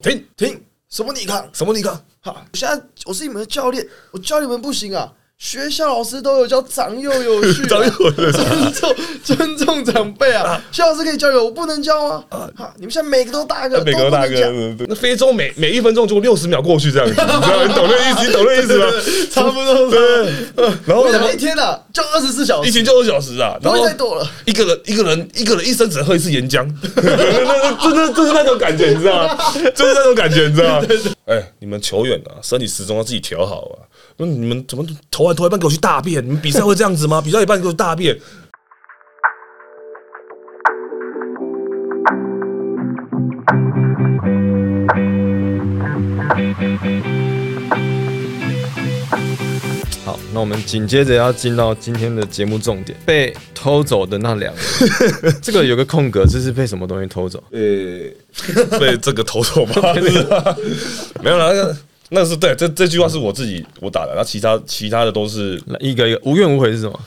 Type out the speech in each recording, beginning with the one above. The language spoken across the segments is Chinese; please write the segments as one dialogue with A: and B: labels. A: 停停，
B: 什么你看？
A: 什么你看？
B: 哈，现在我是你们的教练，我教你们不行啊！学校老师都有教长幼有序、啊，
A: 长幼有序
B: 尊重尊重长辈啊！学校老师可以教你，我不能教吗？哈，你们现在每个都大哥，
A: 啊
B: 嗯
A: 每个
B: 都不
A: 大
B: 能
A: 哥
B: 讲，
A: 对对那非洲每每一分钟就六十秒过去这样子，你知道你懂那意思？ 你懂那意思吗？
B: 差不多
A: 对，然后
B: 我
A: 什么
B: 讲一天啊，就二十四小
A: 哎一
B: 时，
A: 天就二小时啊，
B: 不
A: 然
B: 会
A: 后
B: 再多了。
A: 一个人一个人一个人一生只能喝一次岩浆， 那那真的就是那种感觉，你知 道吗？就是那种感觉，你知道吗？哎，你们球员啊，身体时钟要自己调好啊。那你们怎么投完投一半给我去大便？你们比赛会这样子吗？比赛一半给我去大便？
C: 好，那我们紧接着要进到今天的节目重点，被偷走的那两个， 这个有个空格，这是被什么东西偷走？
A: 呃，被这个头头吧，是吧没有啦，那个那个是对，这这句话是我自己我打的，那其他其他的都是
C: 来一个一个无怨无悔是什么？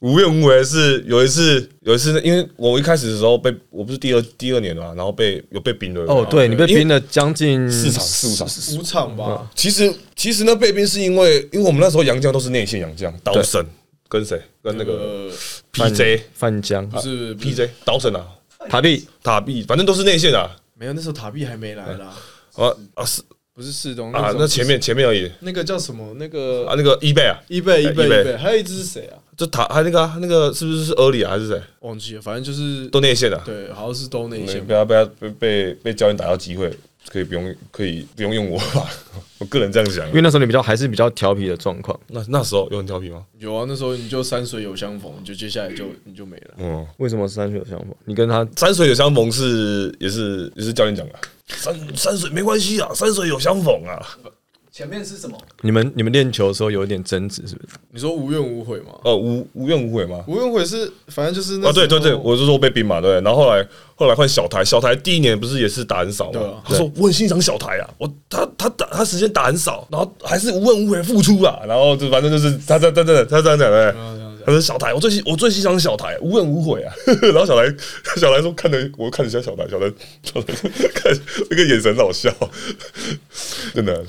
A: 无怨无悔是有一次，有一次，因为我一开始的时候被我不是第二第二年嘛，然后被有被冰了。
C: 哦，对你被
A: 因为
C: 冰了将近
A: 四场四五场。
B: 五场啊吧，
A: 其实其实那被冰是因为，因为我们那时候洋将都是内线洋将，刀神跟谁跟那
B: 呃
A: 个 PJ
B: 嗯
C: 范江、
A: 啊
B: 是
A: PJ 刀神啊
C: 塔壁，
A: 塔壁，反正都是内线啊
B: 没有，那时候塔壁还没来啦，
A: 啊啊是
B: 不是四东
A: 啊
B: 时，候
A: 那前面前面而已
B: 那个叫什么？那
A: 啊
B: 个
A: 那个伊贝啊，
B: 伊贝伊贝
A: 伊
B: 伊
A: 贝
B: 贝，还有一只是谁啊？
A: 这塔还有那个啊那个是不是是厄里啊还是谁
B: 忘记了，反正就是
A: 都内线啊，
B: 对，好像是都那些
A: 被。他被他被被被教练打到机会，可以不用可以不用用我吧， 我个人这样想
C: 因。为那时候你比较还是比较调皮的状况。
A: 那那时候有很调皮吗？
B: 有啊，那时候你就山水有相逢，你就接下来就你就没了。
A: 嗯，
C: 为什么是山水有相逢？你跟他
A: 山水有相逢是也是也是教练讲的啊，山山水没关系啊，山水有相逢啊。
D: 前面是什么？
C: 你们你们练球的时候有一点争执，是不是？
B: 你说无怨无悔吗？
A: 哦，无无怨无悔吗？
B: 无怨无悔是，反正就是那
A: 啊，对对
B: 时
A: 对，
B: 候
A: 我就说被冰嘛，对不对。然后后来后来换小台，小台第一年不是也是打很少
B: 对
A: 吗
B: 啊？
A: 他说我很欣赏小台啊，我他他打他时间打很少，然后还是无怨无悔付出啊，然后就反正就是他他他他他这样讲的。
B: 这样
A: 他说小台，我最喜我最欣赏小台，无怨无悔啊。 然后小台小台说看着我看了一下小台，小台 小台看那个眼神好笑， 真的啊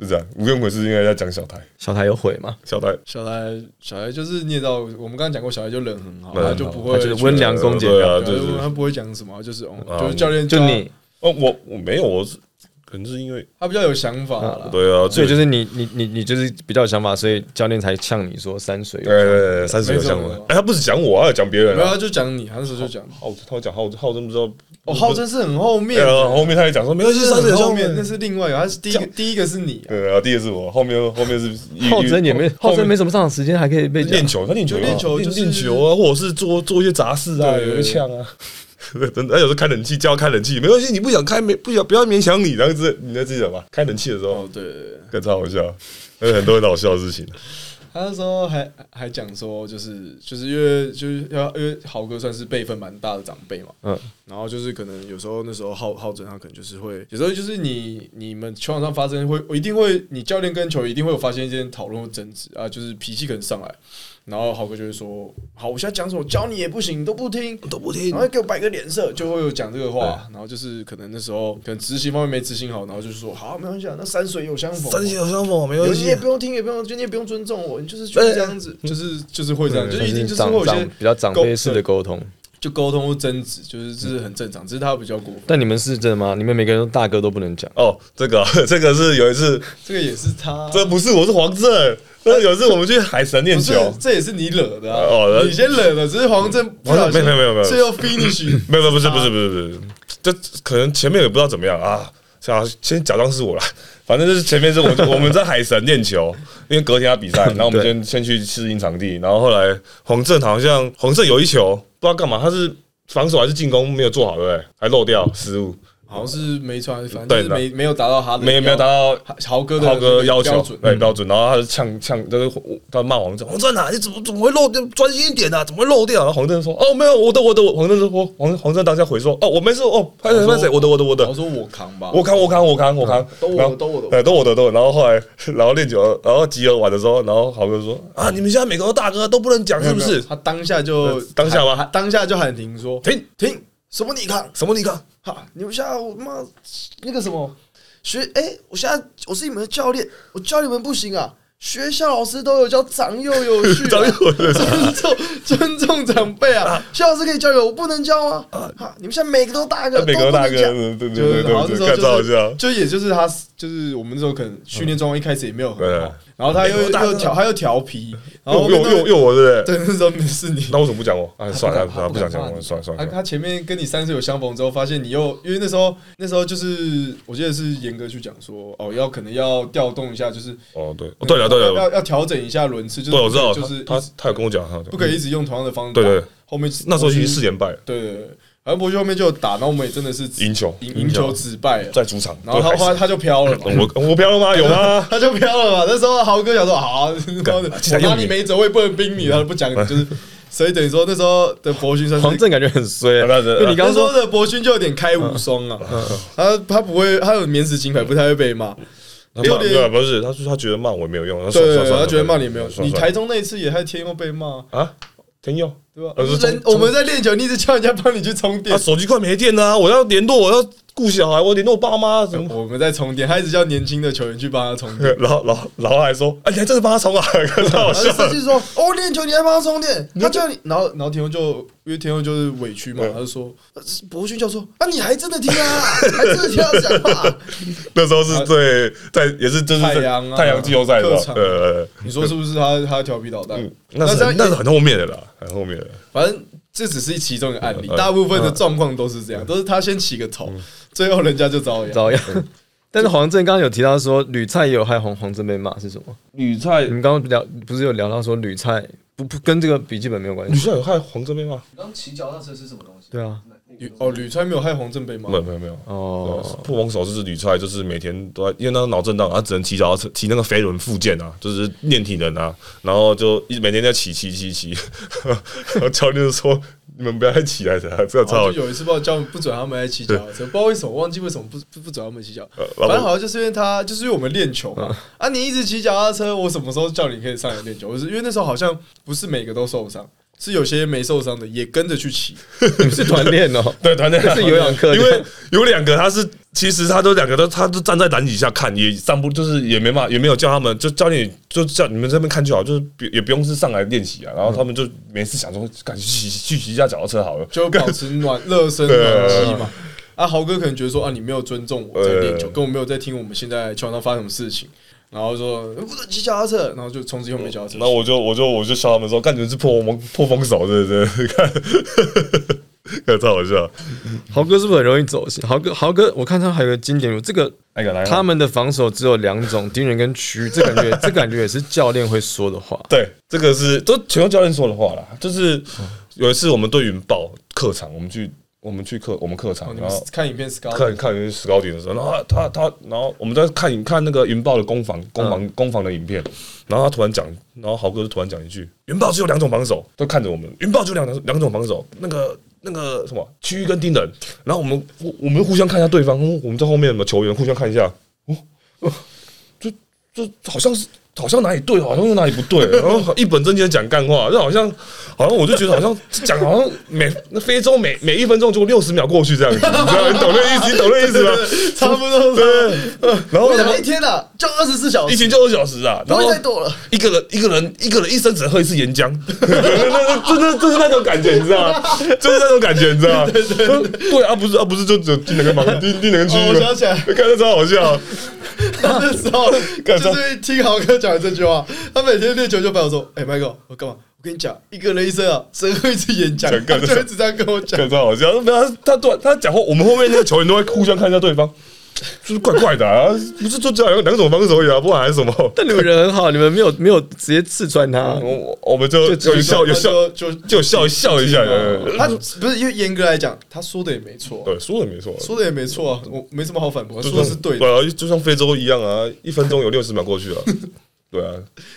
A: 是这样。无怨无悔是应该在讲小台，
C: 小台有悔吗？
A: 小台
B: 小孩，小孩就是你也知道，我们刚刚讲过，小孩就人很好，
A: 人很
B: 他
A: 好
B: 就不
C: 他
B: 会
C: 就是温良恭俭
A: 对啊，
C: 让。
B: 对
A: 对对对
B: 他不会讲什么，就是哦，
A: 啊
B: 就是教练
C: 就
B: 叫他
C: 你，
A: 哦，我我没有，我是可能是因为
B: 他比较有想法啦。
A: 对啊，
C: 所以就是是你你你你就是比较有想法，所以教练才呛你说山水有
A: 对对对，三十有讲
B: 没
A: 我
B: 错，
A: 哎，他不是讲我，他有讲别人
B: 没有，
A: 啊。
B: 他就讲你，他那时候就讲你，
A: 浩他有讲浩浩真不知道，
B: 哦，浩真是很后面
A: 哦对
B: 的，
A: 啊，后面他也讲说没关系，
B: 是
A: 三十有
B: 很
A: 相
B: 后
A: 逢
D: 啊
B: 面，那是另外一个，他是第一个，第一个是你啊，
A: 对啊，第一个是我，后面后面是
C: 浩真也没
A: 后
C: 浩
A: 面
C: 真没什么上场时间，还可以被讲
A: 练。球，他练球啊，
B: 就练球
A: 练
B: 就是
A: 练球啊，或者是做做一些杂事啊，
B: 对
A: 有一个呛啊。真的，有时候开冷气，叫他开冷气，没关系，你不想开，没不想不要勉强你，然后这你在自己讲吧。开冷气的时候
B: 哦，，对对对。
A: 更超好笑，还有很多很好笑的事情。
B: 他那时候还还讲说、就是，就是因为就是要因为豪哥算是辈分蛮大的长辈嘛，
C: 嗯，
B: 然后就是可能有时候那时候浩浩真他可能就是会有时候就是你你们球场上发生会我一定会你教练跟球员一定会有发生一些讨论或争执啊，就是脾气可能上来，然后豪哥就会说，好，我现在讲什么教你也不行，你都不听，
A: 都不听
B: 然后给我摆个脸色，就会有讲这个话，然后就是可能那时候可能执行方面没执行好，然后就是说好没关系，啊，那山水有相逢，
A: 有相逢，没
B: 有你也不用听，也不用，就你也不用尊重我，你就是
A: 哎
B: 就是这样子，就是就是会这样，就是一定就是
C: 长
B: 会有一
C: 长
B: 些
C: 比较长辈式的沟通，
B: 就沟通或争执，就是这是很正常，只是他比较过分，
C: 但你们是真的吗？你们每个人都大哥都不能
B: 呃
C: 讲，
A: 哦，这个 这个是有一次，
B: 这个也是 他，
A: 这不是我是黄正，那有一次我们去海神练
B: 不是
A: 球，
B: 这也是你惹的
A: 哦
B: 啊，
A: 那
B: 你先惹的，只是黄正不小心
A: 没有没有没有没有
B: 最后 finish
A: 没有没有不是不是不是不是，这可能前面也不知道怎么样啊，想先假装是我啦，反正就是前面是我我们在海神练球，因为隔天要比赛，然后我们
C: 对
A: 先先去适应场地，然后后来黄正好像黄正有一球不知道干嘛，他是防守还是进攻没有做好，对不对？还漏掉失误，
B: 好像是没穿，反正
A: 对
B: 就是没没有达到他的
A: 没有没有达到
B: 要豪哥的
A: 浩哥要求
B: 标准，嗯
A: 对标准，然后他就呛呛，就是他骂黄正，黄正啊，你怎么怎么会漏掉？专心一点啊，怎么会漏掉？然后黄正说，哦，没有，我的我的，我黄正说，黄黄正当下回说，哦，我没事，哦，拍谁拍谁，我的我的我的
B: 然后，说我扛吧，
A: 我扛我扛我扛我扛，
B: 都我的
A: 然后
B: 都我的
A: 哎，都我的都我的。然后后来，然后练久了，然后集合完的时候，然后豪哥说啊，你们现在每个都大哥都不能讲
B: 没
A: 是
B: 有
A: 不
B: 没有
A: 是？
B: 他当下就
A: 当下吧
B: 喊当下就喊停说
A: 停
B: 停什么你扛
A: 什么你看
B: 哈，你们现在我妈那个什么，
D: 学哎、我现在我是你们的教练，我教你们不行啊。学校老师都有教长幼有序、啊，
A: 长 幼有序
D: 尊重尊重长辈啊。学校老师可以教你，我不能教吗？啊，你们现在每个都大哥，
A: 美国
D: 都不能
A: 大哥，
D: 讲
A: 对对
B: 就
A: 对
B: 是好像
A: 对
B: 那时
A: 对，看超
B: 候
A: 好
B: 就
A: 笑
B: 是，。就也就是他，就是我们那时候可能训练状况一开始也没有很
A: 对
B: 好，然后他又
A: 大
B: 又调他又调 皮，然后
A: 又又又又我对不对？
B: 对那时候没事 你。
A: 那为什么不讲我？哎，算了，
B: 他
A: 他
B: 不
A: 不
B: 敢
A: 想
B: 他
A: 讲
B: 不敢骂
A: 我，
B: 你
A: 算了算
B: 他
A: 了。
B: 他前面跟你三十有相逢之后，发现你又因为那时候那时候就是我记得是严格去讲说哦，要可能要调动一下，就是
A: 哦，对，哦对了对了，
B: 要要调整一下轮次，就是
A: 对，我知道，
B: 就是
A: 他他他有跟我讲，他有
B: 不可以一直用同样的方法。
A: 对对对
B: 后面
A: 那时候已经
B: 是
A: 四连败了，
B: 对对对，而博旭后面就有打，然后我们也真的是
A: 赢球
B: 赢赢球止败了，
A: 在主场，
B: 然后他
A: 对
B: 后
A: 还是
B: 来
A: 嗯
B: 他就飘了嘛。
A: 我我飘了吗？有吗？
B: 他就飘了嘛。那时候豪哥想说，好、啊，我
A: 竟然用你
B: 拿你没辙，我也不能逼你，他不 讲，就是，所以等于说那时候的博勋算
C: 黄
B: 是。
C: 正感觉很衰、
A: 啊那是
C: 因为你刚刚
B: 那时候
C: 说
B: 的博勋就有点开无双
A: 嗯
B: 啊，他他不会，他有免死金牌，不太会被骂。
A: 他
B: 六
A: 骂
B: 连
A: 对，啊不是，他说他觉得骂我也没有用，他
B: 对
A: 算嗯
B: 对
A: 算
B: 对，
A: 算
B: 他
A: 了
B: 觉得骂你没有。
A: 算
B: 你
A: 算
B: 台中那一次也还天佑被骂，
A: 啊，天佑，
B: 对吧？
A: 呃是啊
B: 人
A: 充
B: 我们在练球，你一直叫人家帮你去充电
A: 他，手机快没电啦，我要联络，我要顾小孩，我要联络爸妈什么。
B: 我们在充电，他一直叫年轻的球员去帮他充电。
A: 然后，然后，然后还说：“哎，你还真的帮他冲啊！” 太好笑
D: 然后
A: 了
D: 司。机说：“哦，练球你还帮他充电，他叫你。”然后
B: 然后天佑就因为天佑就是委屈
A: 嗯
B: 嘛，他就说
D: 博勋就说：“啊，你还真的听啊，还真的听他讲话。
A: 那时候是对，在也是就是在
B: 太阳啊
A: 太阳季后赛是
B: 客
A: 吧？
B: 场
A: 呃，：“
B: 你说是不是他他调皮捣蛋？”
A: 嗯那是
B: 这样
A: 很那是很后面的啦，很后面的。
B: 反正这只是其中一个案例，
A: 嗯
B: 大部分的状况都是这样，都是他先起个头，最后人家就遭殃。
C: 遭殃。 但是黄正刚刚有提到说吕菜也有害黄黄正被骂是什么？
A: 吕菜
C: 你们刚刚聊不是有聊到说吕菜不不跟这个笔记本没有关
A: 吕
C: 系？
A: 菜有害黄这边吗？
E: 你刚骑脚踏车是什么东西？
C: 对啊，
B: 吕哦，吕川没有害黄正被吗
A: 没？有没有没有。
C: 哦，
A: 破网手就是吕菜，就是每天都在，因为那个脑震荡，他只能骑脚踏车，骑那个飞轮附件啊，就是练体能啊，然后就一直每天在骑骑骑 骑，然后教练就说：“你们不要再起来了，这个
B: 然
A: 超
C: 哦
B: 后
A: 好
B: 就有一次不知道叫不准他们来骑脚踏车，不知道为什么忘记为什么不不不准他们骑脚踏车，
A: 然后
B: 反正好像就是因为他就是因为我们练球
A: 嗯
B: 嘛，啊你一直骑脚踏车，我什么时候叫你可以上来练球？我是因为那时候好像不是每个都受伤，是有些没受伤的也跟着去骑，
C: 你们是团练哦，
A: 对，团队
C: 是有氧课
A: 因为有两个他是，其实他都两个都，他都站在篮底下看，也上不就是也没办法，也没有叫他们，就教练就叫你们这边看就好，就是不也不用是上来练习啊。然后他们就每次想说，赶紧去骑去骑一下脚踏车好了。
B: 就保持暖热身暖气嘛。啊，豪哥可能觉得说啊，你没有尊重我在练球，
A: 呃
B: 跟我没有在听我们现在球场上发生什么事情，然后说呃不准骑脚踏车，然后就从此以后没脚踏车
A: 然。后我就我就我就笑他们说，干你们是破风破风手是不是？看， 看超好笑。
C: 豪哥是不是很容易走心？豪哥，豪哥，我看他还有个经典，这个
A: 那
B: 哎
A: 个来
C: 他们的防守只有两种，盯人跟区，这感觉这感觉也是教练会说的话。
A: 对，这个是都全用教练说的话啦。就是
B: 嗯
A: 有一次我们对云豹客场，我们去我们去客我们客
B: 哦
A: 场，
B: 你
A: 然
B: 们
A: 后。
B: 看影片 scout，
A: 看看有史高点的时候，然后他他他，然后我们在看看那个云豹的攻防攻防攻防的影片，然后他突然讲，然后豪哥就突然讲一句：“云豹只有两种防守。”都看着我们，云豹就两两种防守，那个那个什么区域跟盯人。然后我们我我们互相看一下对方，嗯我们在后面有没有球员互相看一下，哦，哦就就好像是。好像哪里对，好像又哪里不 对，然后一本正经地讲干话，就好像，好像我就觉得好像讲好像每那非洲每每一分钟就六十秒过去这 样子，你知道你懂那意思，你懂那意思吗？
B: 差不多是
A: 对，然后
D: 我
A: 然后
D: 讲一天啊，就二十四小
A: 一
D: 时，
A: 天就二小时啊，
D: 不
A: 然
D: 会
A: 后
D: 再多了。
A: 一个人一个人一个人一生只喝一次岩浆， 那那真的就是那种感觉，你知道吗？就是那种感觉，你知道吗？对啊，不是啊，不是就只有进哪 个房，进进哪个区
B: 哦
A: 域
B: 我想
A: 吗？
B: 起来，
A: 看着超好笑，
B: 那时候
A: 干啥
B: 就是听豪哥讲这句话，他每天练球就把我说：“哎，Michael，我干嘛？我跟你讲，一个人一生啊，只会一次演讲，
A: 讲
B: 他
A: 干
B: 就
A: 啥
B: 一直这样跟 我讲。
A: 看着超好笑。没有他他突然他讲话，我们后面那个球员都会互相看一下对方， 就是怪怪的啊，不是就只有两两种防守呀，不然还是什么？
C: 但你们人很好，你们没有没有直接刺穿他。
A: 我我们就
C: 就
A: 有”笑有笑
B: 他就就
A: 就笑笑一下，
B: 他不是因为严格来讲，他说的也没错，
A: 对，说的没错，
B: 说的也没错啊，我没什么好反驳，
A: 就
B: 说的是对的，
A: 啊，就像非洲一样啊，一分钟有六十秒过去了， 对啊，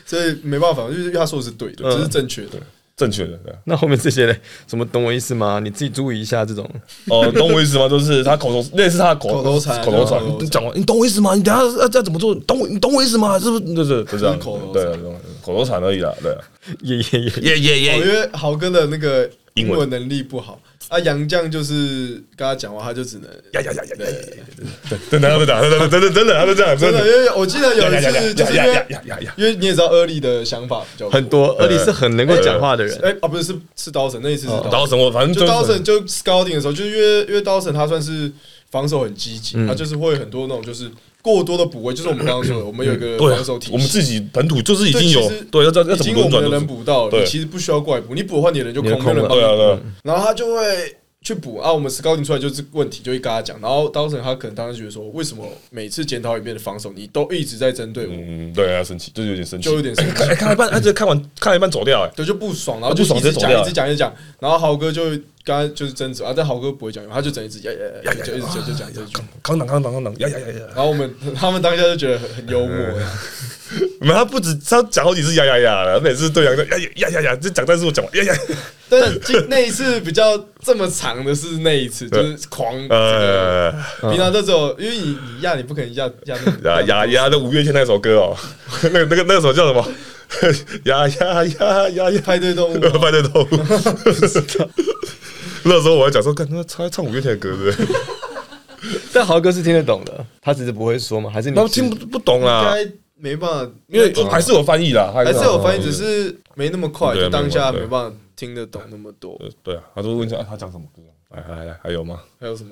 B: 所以没办法，就是因为他说的是对的，
C: 嗯
B: 这是正确的。
A: 正确的，对啊
C: 那后面这些嘞，什么懂我意思吗？你自己注意一下这种。
A: 哦，懂我意思吗？就是他口头类似他的口
B: 口头禅啊
A: 口头禅
B: 口头，禅
A: 你讲完，你懂我意思吗？你等一下要要怎么做？懂我，你懂我意思吗？是不是？就是就这样，
B: 就是口头禅
A: 对啊，这种口头禅而已啦，对啊，
C: 也也也，
A: 耶耶
B: 哦哦，因，为豪哥的那个英
A: 英
B: 文
A: 文
B: 能力不好，啊，杨绛就是跟他讲话，他就只能
A: 呀呀呀呀呀！真的，他们打，真的，真的，真的，他们这样，
B: 真
A: 真
B: 的，
A: 的，
B: 因为我记得有
A: 呀
B: 一
A: 呀呀
B: 次就是因
A: 呀呀
B: 为
A: 呀呀呀！
B: 因为你也知道厄利的想法比较
C: 很多，而你是很能够讲话的人，
A: 呃
B: 哎啊不是是是刀神那一次是刀神
A: 刀神，我反正
B: 就 Dawson 就 scouting 的时候，就是因为因为 Dawson 他算是防守很积极，
C: 嗯
B: 他就是会很多那种就是过多的补位，就是我们刚刚说的，我们有一个
A: 嗯对啊
B: 防守体，系，
A: 我们自己本土就是已经有
B: 对其实
A: 对，要知道要
B: 已
A: 怎
B: 经
A: 么
B: 我
A: 轮转都
B: 们的人
A: 是
B: 补到，
A: 对
B: 你其实不需要怪补，你补的话你的人就
C: 你
B: 空，
C: 的
B: 没
C: 空
B: 有人
C: 了
B: 帮
A: 对
B: 你
A: 啊，对啊，
B: 然后他就会去补啊，我们 scouting 出来就是问题，就会跟他讲，然后 Dawson 他可能当时觉得说，为什么每次检讨里面的防守你都一直在针对我，
A: 嗯，对啊，生气，就是有点生气
B: 就。有点生气。
A: 哎，看了一半，他直接看完，看了一半走掉，哎，
B: 对，就不爽，然
A: 啊
B: 后就
A: 不爽
B: 一直
A: 直接走
B: 讲，
A: 掉
B: 一直讲，一直讲，然后豪哥就刚刚就是争执啊，但豪哥不会讲，他就整一直呀呀呀，就一直就就讲这句。
A: 扛挡，扛挡，扛挡，呀呀呀呀！
B: 然后我们他们当下就觉得很很幽默，
A: 没有，他不止他讲好几次呀呀呀了，每次对讲的呀呀呀呀呀，这讲但是我讲完呀呀，
B: 但是今那一次比较这么长的是那一次，就是狂，
A: 呃，
B: 平常都只有因为你你压你不可能压压
A: 呀呀呀，那五月天那首歌哦，那个那个那个首叫什么？呀呀呀呀呀！
B: 派对动物，啊
A: 派 对动物。那时候我还讲说，干他妈唱唱五月天的歌对不对？
C: 但豪哥是听得懂的，他只是不会说嘛，还是 你
A: 他们听不不懂
B: 应
A: 啦，
B: 该没办法，
A: 因为还是有翻译啦，还
B: 还是有翻译，
A: 对
B: 只是没那么快，
A: 对
B: 就当下
A: 没
B: 没
A: 有
B: 办法听得懂那么多。
A: 呃对啊，他就问一下啊他讲什么歌，来来来，还有吗？
B: 还有什么？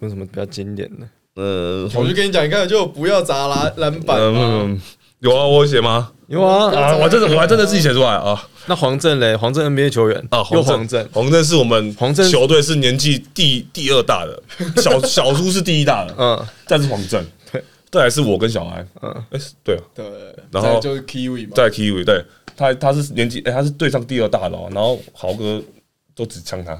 C: 有什么比较经典的？
A: 嗯，
B: 我就跟你讲，你看就不要砸篮篮板嘛。
A: 嗯，有啊，我有写吗？
C: 有啊，
A: 啊，我真的我还真的自己写出来啊
C: 那黄镇嘞，黄镇 NBA 球员
A: 啊！黄
C: 又黄镇
A: 镇，，黄镇是我们
C: 黄镇
A: 球队是年纪第第二大的，小小叔是第一大的，
C: 嗯，
A: 但是黄镇，
C: 对，
A: 再来是我跟小安，
C: 嗯
A: 嗯，哎，对啊，
B: 对，
A: 然后
B: 再就是 Kiwi 嘛，
A: 在 Kiwi，对他他是年纪，哎、他是队上第二大的哦，然后豪哥都只呛他，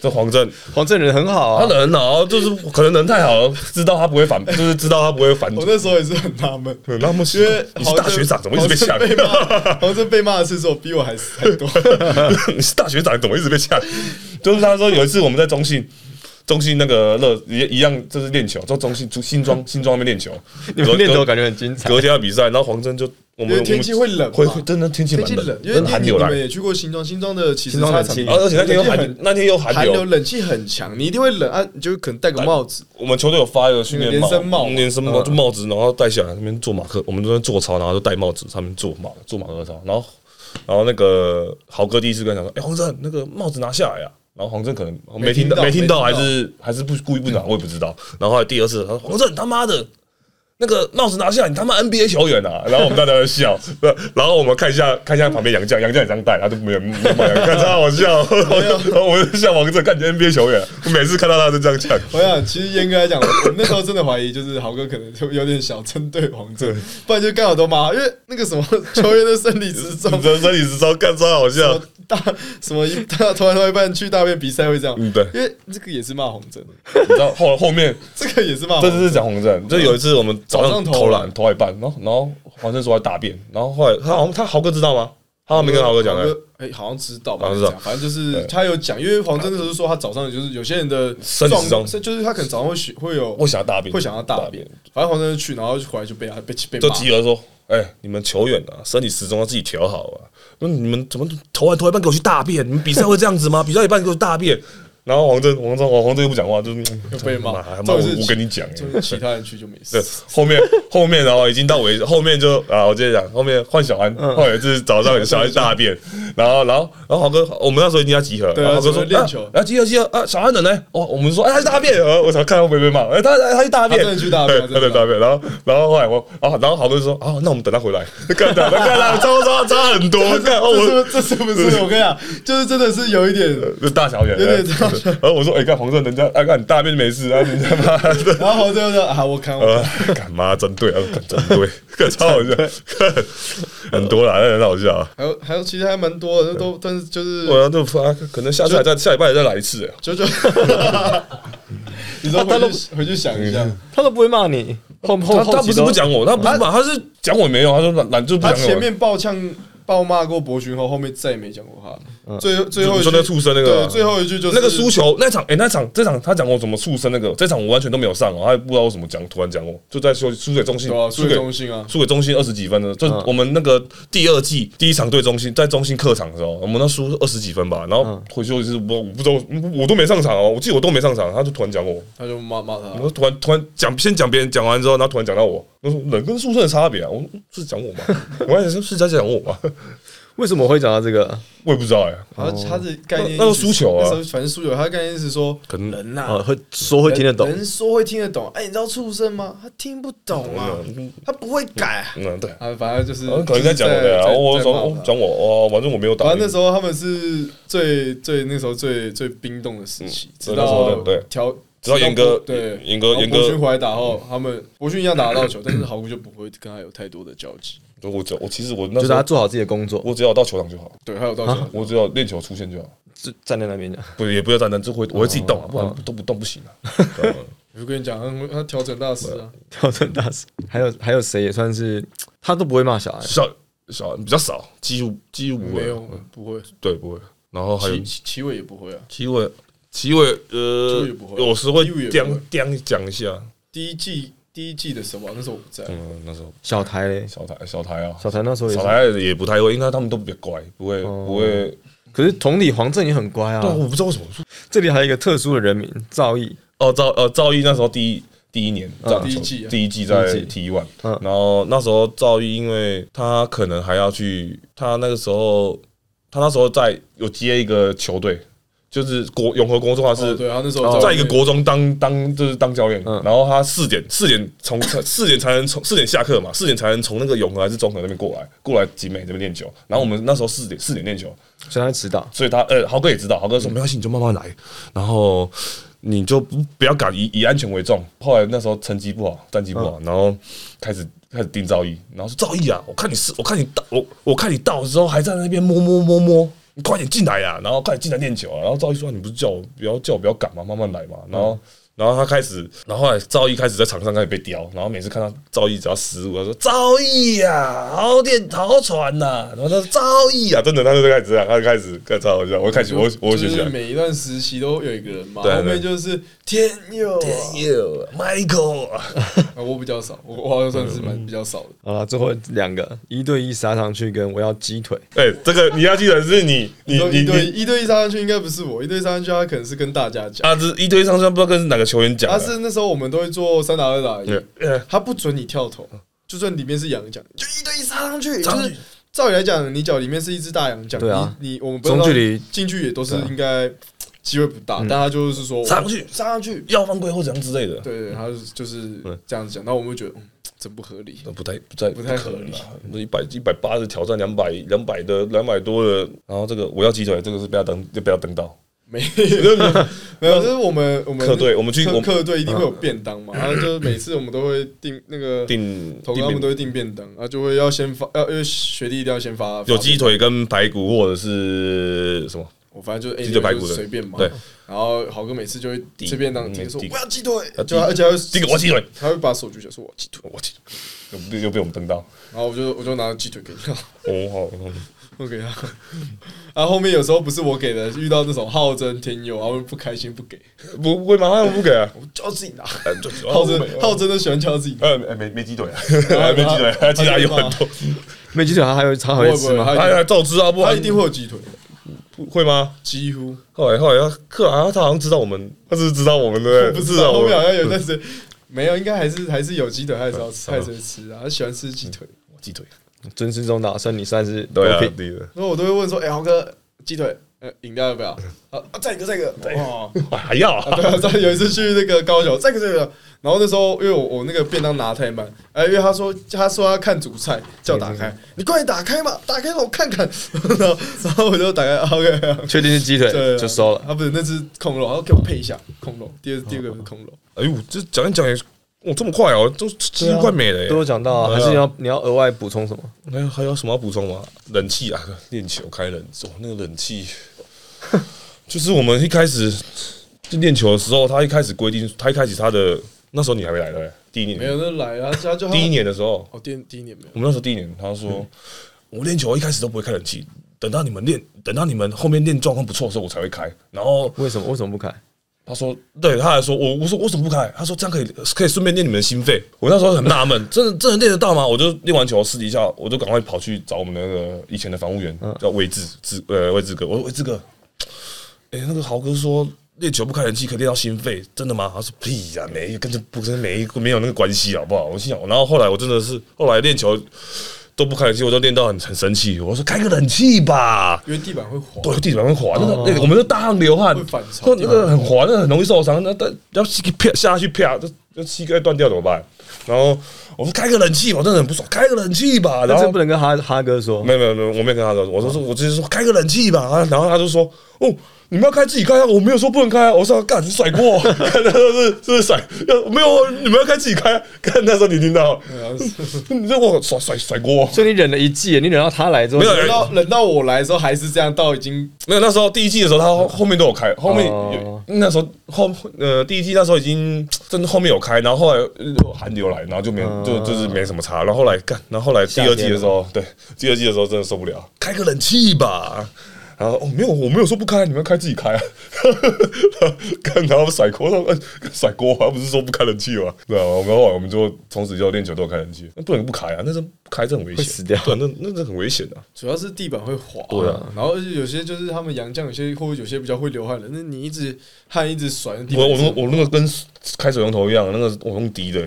A: 这黄镇
C: 黄镇人很好
A: 他
C: 啊，
A: 人好，就是可能人太好了，知道他不会反，就是知道他不会反。
B: 我那时候也是很纳闷，
A: 嗯那么奇
B: 因
A: 怪
B: 为
A: 你是大学长，怎么一直被呛
B: 好？像被骂，好像被骂的次数比我还还多。
A: 你是大学长，怎么一直被呛？就是他说有一次我们在中信。中信那个乐一一样，就是练球，就中信出新庄新庄那边练球，
C: 你们练球
A: 隔
C: 感觉很精彩。
A: 隔天要比赛，然后黄镇就我
B: 因
A: 们
B: 为天气
A: 我们
B: 会冷嘛
A: 会会真的天气
B: 天
A: 蛮
B: 气冷，因为
A: 真的寒
B: 你
A: 流
B: 你
A: 来
B: 们，也去过新庄，新庄的其实
C: 新庄
B: 它
C: 冷气
B: 场
A: 啊而且那天又
B: 冷气
A: 寒
B: 很，
A: 那天又
B: 寒
A: 寒
B: 流
A: 流，
B: 冷气很强，你一定会冷啊，你就可能戴个帽子。
A: 我们球队有发一个训练帽，
B: 连身帽嘛
A: 嗯连身帽就帽子，然后戴起来那边做马克，我们都在做操，然后就戴帽子，上面做马做马克操，然后然后那个豪哥第一次跟他讲说，哎、黄正那个帽子拿下来啊。然后黄正可能没听到，
B: 没
A: 没
B: 听
A: 听
B: 到
A: 到，还是还是不故意不拿，我也不知道。然后后来第二次，他说：“黄正，你他妈的，那个帽子拿下来，你他妈 NBA 球员啊！”然后我们大家在笑， 对然后我们看一下看一下旁边杨绛，杨绛也这样戴，他就没有没有买，看超好笑。然 后我就笑黄正，感觉 NBA 球员，我每次看到他就这样呛。
B: 我想，啊其实严格来讲，我我那时候真的怀疑，就是豪哥可能就有点小针对王者，不然就刚好都骂他，因为那个什么球员的生理时钟，
A: 你这身体是超干超好
B: 什
A: 笑
B: 么，大什么一大突然到一半去大便比赛会这样，
A: 嗯对
B: 因为这个也是骂红针，
A: 你知道后后面
B: 这个也是骂
A: 这
B: 红
A: 就是
B: 针，
A: 讲洪正，就有一次我们早
B: 哦嗯早
A: 上
B: 上
A: 投
B: 投篮
A: 篮投到一半，然后然后黄正说他大便，然后后来他好像他豪哥知道吗？他好像没跟豪哥讲
B: 豪
A: 的，
B: 哥哎，好像知道吧？
A: 好像知道
B: 反正就是他有讲，因为黄真的时候说他早上就是有些人的
A: 生理时
B: 状
A: 钟
B: 是就是他可能早上会许会有
A: 会想要大便，
B: 会想要大便，，反正黄真就去，然后就回来就被他被被
A: 就
B: 骂，
A: 集合说：“哎，你们球员啊，身体时钟要自己调好啊！那你们怎么投完投一半给我去大便？你们比赛会这样子吗？比赛一半给我去大便？” 然后黄正黄正黄黄正又不讲话，就是
B: 又被骂
A: 妈妈
B: 重
A: 我
B: 点是
A: 我跟你讲，哎
B: 就是其他人去就没事
A: 对。，后面后面然后已经到尾， 后面就啊，我接着讲，后面换小安，
B: 嗯
A: 后来就是早上小安大便， 然后然后然后豪哥，我们那时候已经要集合，
B: 对啊
A: 然后豪哥
B: 准
A: 说
B: 备练球
A: 啊啊，集合集合啊，小安人呢？哦，我们说哎，他去大便，呃我才看到被被骂，哎，他他他去大便，
B: 他真的去大便
A: 对他
B: 真的
A: 去大便，然后然后后来我啊，然后豪哥就说啊，那我们等他回来， 干他干 他差差差很多，干哦我。
B: 这是不是？这是不是？我跟你讲，就是真的是有一点。
A: 这大小眼，
B: 有点大小
A: 然后我说：“哎，干黄正，人家哎，干你大便没事啊，人家 妈的，
B: 然后黄真就说啊，我看我
A: 呃，干妈针对啊，干针 对，干超好笑，干很多啦，那很好笑啊。
B: 还有还有，其实还蛮多的，都但是就是
A: 我要啊就发，可能下次还再下礼拜还再来一次。欸
B: 九九，你说
A: 啊
B: 回去回去想一
A: 嗯
B: 下，
C: 他都不会骂你，后后
A: 他
C: 后
A: 他
C: 期
A: 不是
C: 都
A: 不讲我，他不是骂，他是讲我没有，他说懒懒就不
B: 他
A: 讲
B: 前
A: 我。
B: 面爆呛暴骂过博群后，后面再也没讲过他了。最最
A: 嗯
B: 后一
A: 你
B: 句
A: 说那畜生那个啊
B: 对，最后一句就是
A: 那个输球那场，哎、那场这场他讲我怎么畜生那个，这场我完全都没有上、哦，他也不知道我怎么讲，突然讲我就在输输给中信
B: 对啊，，输
A: 输
B: 给
A: 给
B: 中信啊，
A: 输给中信二十几分的，就
C: 嗯
A: 我们那个第二季第一场对中信，在中信客场的时候，我们那输二十几分吧，然后
C: 嗯
A: 回去就是我我不知道我我都没上场哦，我记得我都没上场，他就突然讲我，
B: 他就骂骂他
A: 然。后突然突然讲先讲别人，讲完之后，然后突然讲到我，我说人跟畜生的差别啊，我说是讲我吗？我还是是在讲我吗？
C: 为什么会讲到这个？
A: 我也不知道哎、
B: 然后他的概念
A: 那那
B: 个
A: 个输球啊
B: 反正输球，他的概念是说
A: 可能
B: 人呐
C: 啊，，会说会听得懂
B: 人，人说会听得懂。哎，你知道畜生吗？他听不懂啊，
A: 嗯
B: 他不会改啊。
A: 嗯对。
B: 啊，反正就是
A: 然后可能在讲我的，然后我讲
B: 说
A: 哦，讲我哦，反正我没有打赢。
B: 反正那时候他们是最最那时候最最冰冻的时期，直
A: 嗯对那时候
B: 到
A: 的对
B: 调
A: 直到严哥
B: 对
A: 严哥
B: 然后
A: 严哥
B: 博勋回来打后，他们博勋一样打得到球，但 是豪哥就不会跟他有太多的交集。
A: 就我只我其实我那
C: 就是
A: 时
C: 他
A: 候
C: 做好自己的工作，
A: 我只要到球场就好，
B: 对，还有到球，
A: 我只要练球出现就好，
C: 就站在那 边讲。
A: 不也不要站单，就会我会自己动啊，不然都不动不行啊。对啊
B: 我就跟你讲，他他调整大师啊，
C: 调整大师，还有还有谁也算是他都不会骂小孩，
A: 小小比较少，几乎几乎不会
B: 没有不会，
A: 对不会。然后还有
B: 齐齐齐伟也不会啊。
A: 齐伟，齐伟
B: 齐
A: 呃
B: 伟也不，会
A: 有时会
B: 齐伟也不
A: 颠
B: 会
A: 颠讲一下。
B: 第一季第一季的时候啊，那时候我不在，
A: 嗯，那时候
C: 小台嘞，
A: 小台小台啊，
C: 小台那时候也
A: 小
C: 是。
A: 台也不太会，应该他们都比较乖，不会
C: 哦
A: 不会。
C: 可是同理，黄正也很乖
A: 对啊，
C: 啊。
A: 我不知道为什么。
C: 这里还有一个特殊的人名赵毅，
A: 哦，赵呃赵毅那时候第一第一年，
C: 嗯
B: 第一季啊
A: 第一季在
C: 第一季
A: T one，
C: 嗯
A: 然后那时候赵毅因为他可能还要去，他那个时候他那时候在有接一个球队，就是国永和国中，他
B: 哦，
A: 是
B: 对，他那时候
A: 在一个国中当当就是当教练，
C: 嗯
A: 然后他四点四点从四点才能从四点下课嘛，四点才能从那个永和还是中和那边过来，过来集美这边练球，然后我们那时候四点四点练球，
C: 所以他迟到。
A: 所以他呃，豪哥也知道，豪哥说没关系，你就慢慢来，然后你就不不要赶，以以安全为重。后来那时候成绩不好，战绩不好，然后开始开始盯赵毅，然后说赵毅啊，我看你是，我看你到我我看你到的时候还在那边摸摸摸摸。你快点进来呀、然后快点进来练球啊！然后赵毅说：“你不是叫我不要叫我不要赶嘛，慢慢来嘛。”然后，然后他开始，然后后来赵毅开始在场上开始被叼，然后每次看到赵毅只要失误，他说：“赵毅呀，好点好传呐、然后他说：“赵毅啊，真的，他就开始这样，他就开始开始好笑，我开始我我
B: 就
A: 学起
B: 是
A: 来。
B: 每一段时期都有一个人嘛，
A: 对对
B: 后面就是天佑啊，
A: You, Michael，
B: 啊我比较少，我我好像算是蛮
A: 嗯
B: 比较少的。
C: 好了，最后两个一对一杀上去，跟我要鸡腿。
A: 哎、这个你要记得是你你
B: 说
A: 你
B: 一对
A: 你，
B: 一对一杀上去应该不是我，一对一杀上去他可能是跟大家讲，
A: 啊，这一堆上上不知道跟哪个球员讲
B: 他
A: 的，
B: 啊是那时候我们都会做三打二打一，
A: 呃
B: 他不准你跳投，就算里面是羊角，就一对一杀上去，
A: 上去
B: 就是照理来讲，你脚里面是一只大羊角，
C: 对啊
B: 你你我们不知
C: 中
B: 道
C: 距离
B: 进去也都是
C: 对啊嗯
B: 应该机会不大，但他就是说
A: 杀上去
B: 杀上去，
A: 要犯规或怎样之类的，
B: 对对，他就是就是这样子讲，那我们会觉得嗯真不合理。
A: 那不太不太
B: 不太
A: 可
B: 合
A: 能
B: 理
A: 啊！那一百一百八十挑战两百两百的两百多的，然后这个我要鸡腿，这个是被他登就被他登到。
B: 没没有，就是我们我们
A: 客队我们去我
B: 客
A: 们嗯
B: 客队一定会有便当嘛，然后就是每次我们都会订那个
A: 定
B: 头
A: 定
B: 他们
A: 名
B: 都会订便当，啊就会要先发，要因为学弟一定要先发
A: 有鸡，腿跟排骨或者是什么，
B: 我反正就是哎
A: 鸡腿排骨的
B: 就是随便嘛，
A: 对。
B: 然后豪哥每次就会
A: 递
B: 吃便当，直接
A: 嗯
B: 说
A: 递
B: 我要鸡腿，
A: 要
B: 就他而
A: 递
B: 且还会
A: 这个我要鸡腿，
B: 他会把手举起来说我要鸡腿，
A: 我鸡腿又被又被我们登到。
B: 然后我就我就拿鸡腿给他，
A: 哦好，嗯
B: 我给他。然后后面有时候不是我给的，遇到那种浩真天佑，他们不开心不给，
A: 不不会吗？他们不给啊？
B: 我就要自己拿。
A: 哎就
B: 浩真浩真都喜欢叫自己拿，
A: 呃没没没鸡 腿啊，没鸡腿啊，鸡腿还有很多，
C: 没鸡腿，他还有他还
B: 不
C: 会
B: 会不
C: 吃
B: 会，
C: 吗？
B: 他
A: 还还照吃啊，不
B: 他
A: 然
B: 一定会有鸡腿，
A: 会吗？
B: 几乎。
A: 后来后来他克啊，他好像知道我们，他是不是知道我们的，
B: 不
A: 知
B: 知
A: 道
B: 道
A: 我
B: 后面好
A: 们
B: 像有，但是没有，应该还是还是有鸡腿，还是要吃，还是会吃啊，他喜欢吃鸡腿。
A: 鸡腿，
C: 尊师重道，算你算是
A: 对啊，
C: OK
A: 对的。
B: 然后我都会问说：“哎，豪哥，鸡腿，呃，饮料要不要？”啊，啊再一个，再一个，哇！
A: 还要
B: 啊
A: 啊
B: 对啊，再有一次去那个 高雄，再一个，再一个。然后那时候因为我我那个便当拿太慢，哎，因为他说他说要看主菜，叫我打开，你快点打开嘛，打开让我看 看。然后然后我就打开，OK，啊
C: 确定是鸡腿
B: 对，
C: 就收了。
B: 啊，不是，那是空肉，然后给我配一下空肉。第二第二个是空肉。
A: 哎呦，这讲一讲也，哇，这么快哦，都几乎快没了耶
C: 都。有讲到啊，
A: 对啊
C: 还是你要你要额外补充什么？
A: 还有还有什么要补充吗？冷气啊，练球开冷，哦，那个冷气，就是我们一开始就练球的时候，他一开始规定，他一开始他的那时候你还没来对不对？第一
B: 没
A: 年，
B: 有，那来啊，他就
A: 第一年的时候，
B: 哦，第第一年没有。
A: 我们那时候第一年，他说。我练球一开始都不会开冷气，等到你们练，等到你们后面练状况不错的时候，我才会开。然后
C: 为什么为什么不开？
A: 他说，对，他还说，我我说为什么不开？他说这样可以可以顺便练你们的心肺。我那时候很纳闷，真的真的练得到吗？我就练完球私底下，我就赶快跑去找我们那个以前的防务员，叫魏志志呃魏志哥，我说魏志哥，哎、那个豪哥说练球不开冷气可以练到心肺，真的吗？他说屁呀、没有，根本不跟没没有那个关系，好不好？我心想，然后后来我真的是后来练球都不开冷气，我都练到很很生气，我说开个冷气吧。
B: 因为地板会滑。
A: 对，地板会滑，那个
C: 哦
A: 那个，我们就大汗流汗
B: 会反，潮
A: 说那个很滑，那个很容易受伤，那但要膝盖啪下去啪，这这膝盖断掉怎么办？然后我说开个冷气吧，我真的很不爽，开个冷气吧，然
C: 但
A: 后
C: 这不能跟哈哈哥说
A: 没。有没有没有，我没有跟他说，我说是我直接说开个冷气吧，啊然后他就说哦。你们要开自己开啊！我没有说不能开啊！我说干，你甩 锅， 看他说是是不是甩，要没有你们要开自己开啊，看那时候你听到，
C: 啊
A: 你这我甩甩甩锅，
C: 所以你忍了一季，你忍到他来之后，
A: 没有
B: 等到等到我来的时候还是这样，到已经
A: 没有，那时候第一季的时候，他后后面都有开，后面有、
C: 嗯哦
A: 那时候后呃第一季那时候已经真的后面有开，然后后来呃寒流来，然后就没、
C: 嗯
A: 就就是没什么差，然后后来干，然后后来第二季的时候，对第二季的时候真的受不了，开个冷气吧。然后哦，没有，我没有说不开，你们要开自己开啊。 看，然后甩锅，然后呃甩锅啊，不是说不开冷气吗？对啊，我们后来我们就从此就练球都有开冷气，那不能不开啊，那是不开这很危险，
C: 会死掉
A: 对，那那那很危险的、啊
B: 主要是地板会滑，
A: 对啊，
B: 然后而且有些就是他们洋将，有些或者有些比较会流汗的，那你一直汗一直甩，那地
A: 我
B: 板
A: 我
B: 是
A: 那我那个跟开水龙头一样，那个我用滴的、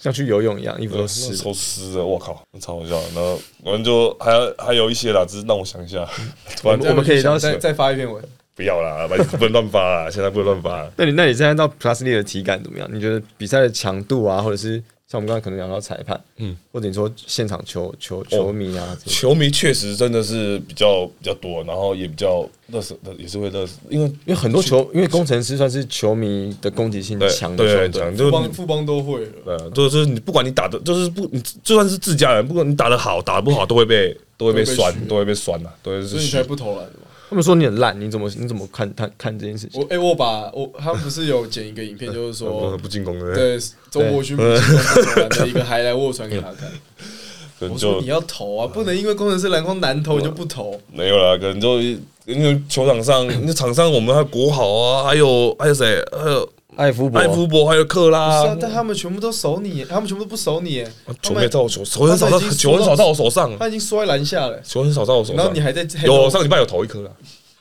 C: 像去游泳一样，衣服
A: 那
C: 都
A: 个
C: 湿了。
A: 抽湿的，我靠，那超好笑的。然后我们就还有还有一些啦，只是让我想一下， 突然
C: 我们可以到
B: 再再发一篇文，
A: 不要啦，反正不能乱发啦，现在不能乱发啦。
C: 那你那你现在到 Plus 力的体感怎么样？你觉得比赛的强度啊，或者是像我们刚刚可能讲到裁判，嗯，或者你说现场球
A: 哦
C: 球球迷啊，这些
A: 球迷确实真的是比较比较多，然后也比较热死，也是会热死，因为
C: 因为很多球，因为工程师算是球迷的攻击性
A: 对
C: 强的
A: 对
C: 球队，
A: 强，就
B: 富
A: 是
B: 邦
A: 你
B: 富邦都会了，
A: 呃，就是你不管你打的，就是不你就算是自家人，不管你打的好打得不好，都会被都会被
B: 都会被
A: 酸
B: 嘘，
A: 都会被酸呐，都会
B: 所
A: 是
B: 以你
A: 嘘
B: 才不投篮的嘛。
C: 他们说你很烂，你怎么你怎么看看看这件事情？
B: 我哎、我把我他们不是有剪一个影片，就是
A: 不
B: 说
A: 不进攻的，，
B: 对中国军不是投篮的一个还来我传给他 看，
A: 可能
B: 我
A: 就
B: 说你要投啊，不能因为工程师篮筐难投你就不投，
A: 没有啦，可能就因为球场上，那场上我们还有国豪啊，还有还有谁？还有
C: 艾福博，
A: 艾夫伯，还有克
B: 是
A: 拉
B: 啊，。但他们全部都守你，他们全部都不守你，他
A: 球没
B: 们
A: 到我手，球很少
B: 他
A: 到
B: 们已经
A: 球很少到我手上，
B: 他已经摔篮下了，
A: 球很少到我手
B: 然后
A: 上
B: 你。还在
A: 有上礼拜有投一颗啦，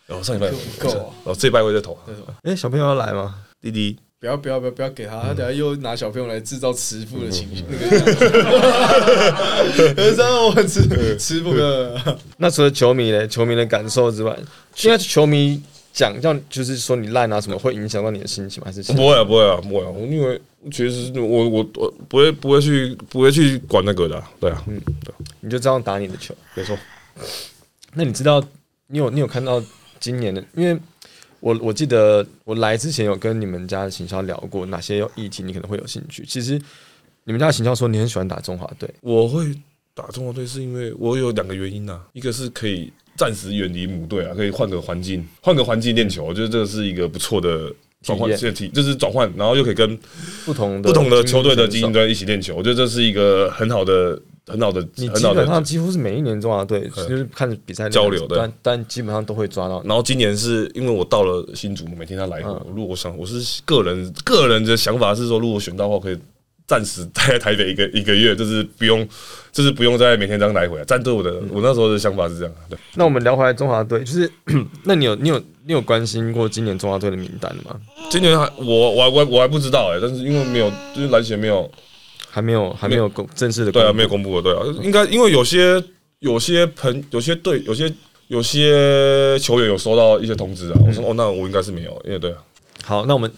A: 有上礼拜有投一颗
B: 不够啊
A: 然后这礼拜会再投啊。
C: 哎，小朋友要来吗？
A: 弟弟，
B: 不要不要不要不要给他，他等下又拿小朋友来制造慈父的情绪，
A: 嗯
B: 那个， 有时候我慈
A: 嗯
B: 慈父的，
C: 那除了球迷嘞，球迷的感受之外，现在球迷讲叫就是说你烂啊什么，会影响到你的心情吗？还是
A: 不会啊，不会啊，不会啊，因为其实我我我不会不会去不会去管那个的啊，对啊，嗯，对，
C: 你就这样打你的球？
A: 没错。
C: 那你知道，你有你有看到今年的？因为我我记得我来之前有跟你们家的行销聊过哪些议题，你可能会有兴趣。其实你们家的行销说你很喜欢打中华队，
A: 我会打中国队是因为我有两个原因呐、一个是可以暂时远离母队啊，可以换个环境，换个环境练球，我觉得这是一个不错的转换，
C: 体
A: 是
C: 验
A: 体就是转换，然后又可以跟
C: 不同的
A: 不同的球队的
C: 精
A: 精英
C: 英选手，
A: 队一起练球，我觉得这是一个很好的、很好的、
C: 你
A: 很
C: 基
A: 好
C: 本
A: 的
C: 上。几乎是每一年中华队就是看着比赛
A: 交流的
C: 但但基本上都会抓到。
A: 然后今年是因为我到了新竹，每天他来，我如果想我是个人个人的想法是说，如果选到的话，可以暂时待在台北一个一个月，就是不用，就是不用再每天这样来回啊。战队我的
C: 嗯
A: 我那时候的想法是这样啊，对。
C: 那我们聊回来中华队，就是那你有你有你有关心过今年中华队的名单吗？
A: 今年还我我还我还我还不知道哎、但是因为没有，就是篮协没有，
C: 还没有还没有公正式的
A: 对啊，
C: 公布
A: 没有公布的，对啊，应该因为有些有些朋有些队有些有些球员有收到一些通知啊，我说哦，那我应该是没有，因为对啊，
C: 好，那我们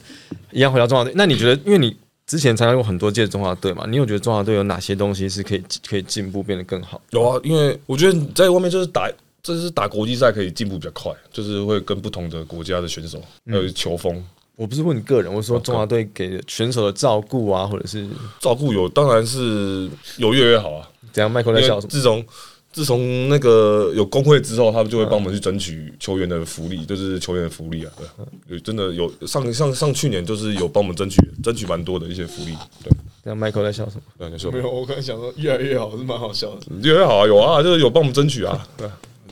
C: 一样回到中华队。那你觉得，因为你之前参加过很多届中华队嘛，你有觉得中华队有哪些东西是可以可以进步变得更好？
A: 有啊，因为我觉得你在外面就是打，这是打国际赛可以进步比较快，就是会跟不同的国家的选手还有球风
C: 我不是问你个人，我说中华队给选手的照顾啊，或者是
A: 照顾有，当然是有越来越好啊，
C: 怎样？麦克
A: 因
C: 在笑
A: 为
C: 什么？
A: 自从自从那个有工会之后，他们就会帮我们去争取球员的福利，就是球员的福利啊。对，有真的有上上上去年就是有帮我们争取争取蛮多的一些福利。对，
C: 那 Michael 在笑什么？
A: 对，你说
B: 没
C: 嗯
B: 有，我刚才想说越来越好是蛮好笑的。
A: 你觉得好啊，有啊，就是有帮我们争取啊。对啊，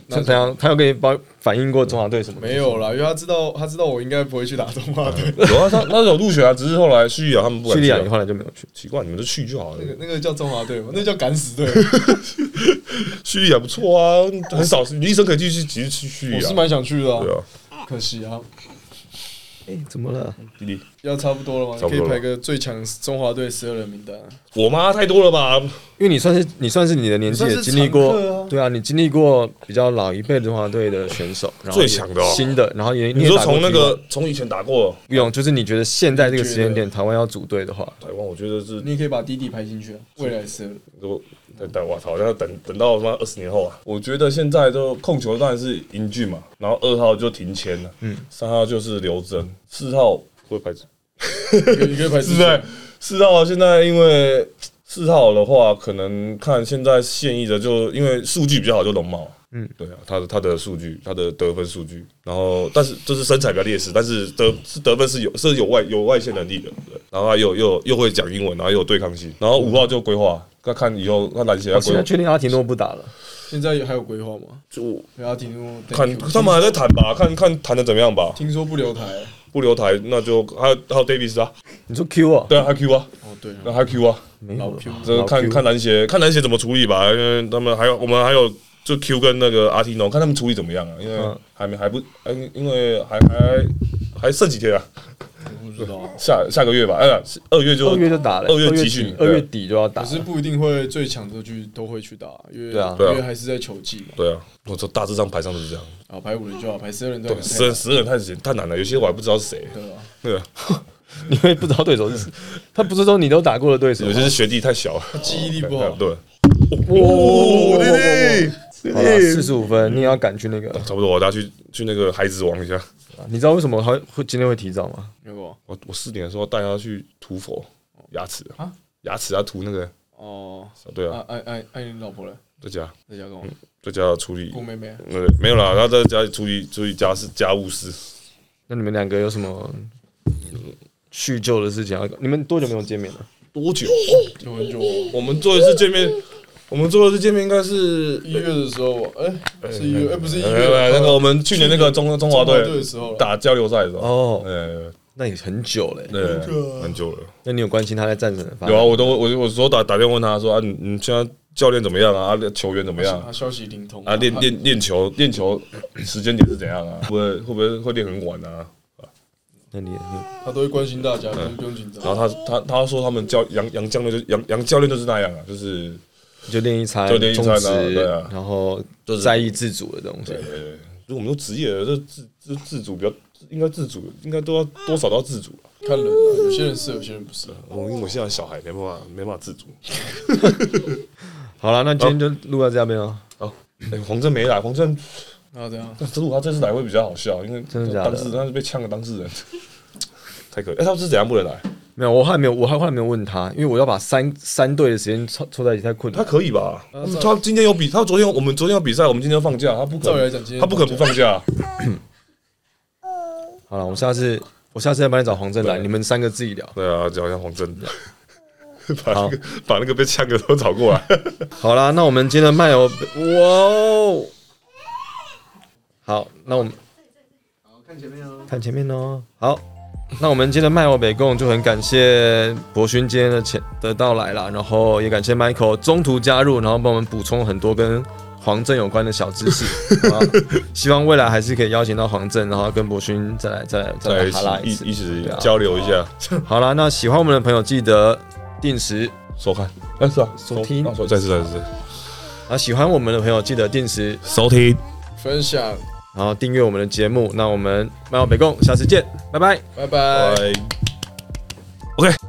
C: 他怎样？他有跟你帮反映过中华队什么？
B: 没有啦，因为他知道他知道我应该不会去打中华队。
A: 有啊，他 那有入选啊，只是后来叙利亚他们不
C: 叙
A: 敢
C: 利
A: 去
C: 亚
A: 啊
C: 你。后来就没有去，
A: 奇怪，你们就去就好了
B: 那。个那个叫中华队吗？那叫敢死队。
A: 叙利亚不错啊，很少，你一生可以继续继续去叙
B: 我
C: 哦
A: 利亚
B: 是。蛮想去的啊
A: 对，啊，
B: 可惜啊，
C: 哎，怎么了？
A: 弟弟，
B: 要差不多了吗？
A: 差不
B: 可
A: 多
B: 以
A: 了
B: 排个最强中华队十二人名单啊。
A: 我妈太多了吧？
C: 因为你算是你算是你的年纪
B: 你
C: 也
B: 算是
C: 经历
B: 常客
C: 过
B: 啊，
C: 对啊，你经历过比较老一辈的中华队的选手，然后
A: 最
C: 也
A: 强的哦
C: 新的，然后也
A: 你
C: 也
A: 说
C: 打过
A: 从那
C: 几
A: 个从以前打过
C: 不用，就是你觉得现在这个时间点台湾要组队的话，
A: 台湾，我觉得是
B: 你也可以把弟弟排进去啊，未来十二人。
A: 都等等，我操，要等等到他妈二十年后啊！我觉得现在都控球当然是英俊嘛，然后二号就停签了，嗯，三号就是刘真，四号会排
B: 你可以排进
A: 是
B: 去
A: 在
B: 啊。
A: 四号现在因为四号的话，可能看现在现役的就因为数据比较好，就龙猫。嗯，对啊，他的他的数据，他的得分数据，然后但是就是身材比较劣势，但是得是得分是有是有外有外线能力的，对然后他又又又会讲英文，然后又有对抗性，然后五号就规划，那看以后看篮协要
C: 现
A: 规
C: 在
A: 划，
C: 确定阿提诺不打了，
B: 现在还有规划吗？
A: 就
B: 不要听说
A: 看他们还在谈吧，看看谈的怎么样吧，
B: 听说不留台。啊
A: 不留台那就还有还有 Davis 啊，
C: 你说 Q 哦，
A: 对啊，还 Q 啊，
B: 哦，对啊，
A: 那还 Q 啊，
C: 没
B: 老
C: 有了
B: Q
A: 这个看看篮协，看篮协怎么处理吧，因为他们还有我们还有就 Q 跟那个阿提诺，看他们处理怎么样啊，因为
C: 嗯
A: 还没还不，还因为还还还剩几天啊，
B: 我不知道啊。
A: 下下个月吧，哎呀，是二月就
C: 二月就打了，
A: 二月
C: 月
A: 集训啊
C: 底二月底就要打
B: 可
C: 了，
B: 是不一定会最强的去都会去打，因为
C: 对啊
B: 因
A: 对
B: 为
A: 啊
B: 还是在球季嘛。
A: 对啊，我说大致上排上都是这样，
B: 啊，排五人就好，排十二人都
A: 对，十人十人太简太难了，有些我还不知道是谁，
B: 对啊，
A: 对啊，
C: 你会不知道对手是谁，他不是说你都打过的对手吗，
A: 有些是学弟太小了，
B: 记忆力
A: 哦
B: 不
A: 对
B: 好。
A: 对，弟
C: 哇，
A: 弟
C: 好了，四十五分，
A: 嗯
C: 你也要赶去那个，
A: 差不多，我大家去去那个孩子王一下，
C: 你知道为什么他会会今天会提早吗？
B: 有过
A: 我我四点的时候带他去涂佛牙齿
B: 啊
A: 牙齿要涂那个，
B: 哦，
A: 对嗯
B: 爱
A: 啊，
B: 爱爱爱你老婆了，
A: 在家
B: 在家跟我
A: 在家处理
B: 顾妹妹啊。
A: 呃，没有啦，他在家里处理处理家事家务事。
C: 那你们两个有什么叙旧的事情要？你们多久没有见面了？
A: 多久？
B: 就很久哦，
A: 我们做一次见面，我们做一次见面应该是
B: 一月的时候，哎，是一月，哎，啊不是一
A: 呃呃
B: 月，
A: 那个我们去年那个中中华
B: 中华队
A: 队
B: 的时候了
A: 打交流赛的时候，
C: 哦
A: 呃，
C: 那也很久嘞、
A: 对，很久了。
C: 那你有关心他在战神的发
A: 有
C: 展？
A: 啊，我都我我说打打电话问他说啊，你你现在教练怎么样啊？啊球员怎么样
B: 啊，？消息灵通
A: 啊，练练练球练球时间点是怎样啊？会不会会不会会练很晚啊？
C: 那你你
B: 他都会关心大
A: 嗯
B: 家，不用不用紧张。
A: 然后他他他说他们教杨杨教练就是杨杨教练就是那样啊，就是
C: 就练一餐，
A: 就练一餐啊
C: 充值
A: 对啊
C: 然后
A: 就是
C: 在意自主的东西
A: 对。对对，呃就我们都职业了，这自自自主比较应该自主，应该都要多少都要自主了。
B: 看人啊，有些人是，有些人不是。
A: 我因为我现在小孩没办法没办法自 主。
C: 好了，那今天就录到这边了。
A: 哦，哎，黄正没来，黄正，
B: 啊，这样
A: 正如他这次来会比较好笑，因为
C: 真的假的
A: 当事人他是被呛的当事人， 太可怜。哎，他们是怎样不能来？
B: 嗯
C: 没有，我还没有，我还后来没有问他，因为我要把三三队的时间凑凑在一起太困
A: 他
C: 难。
A: 可以吧？他今天有比，他昨天我们昨天有比赛，我们今天放假，他不可
B: 嗯照理来讲
A: 能，
B: 今天
A: 他不可能不放假。
C: 好了，我下次我下次再帮你找黄正来，
A: 对
C: 你们三个自己聊。
A: 对啊，讲一下黄正， 把那
C: 好
A: 个把那个被呛的都找过 来。
C: 好啦，那我们今天的漫游，哇哦！好，那我们
E: 好，看前面哦。
C: 看前面哦。好，那我们今天的漫游北贡就很感谢博勋今天的前的到来啦，然后也感谢 Michael 中途加入，然后帮我们补充很多跟黄正有关的小知识。好不好希望未来还是可以邀请到黄正，然后跟博勋再来再来再
A: 在
C: 来
A: 一
C: 哈拉一
A: 起
C: 次
A: 一一起
C: 对啊
A: 交流一下，
C: 好啦，那喜欢我们的朋友记得定时
A: 收看。哎，是啊，
C: 收听
A: 啊再次再次再次
C: 啊，喜欢我们的朋友记得定时，
A: 收听。
B: 分享，
C: 然后订阅我们的节目。那我们漫游北贡，下次见，拜拜。
B: 拜拜。
A: Bye. Okay.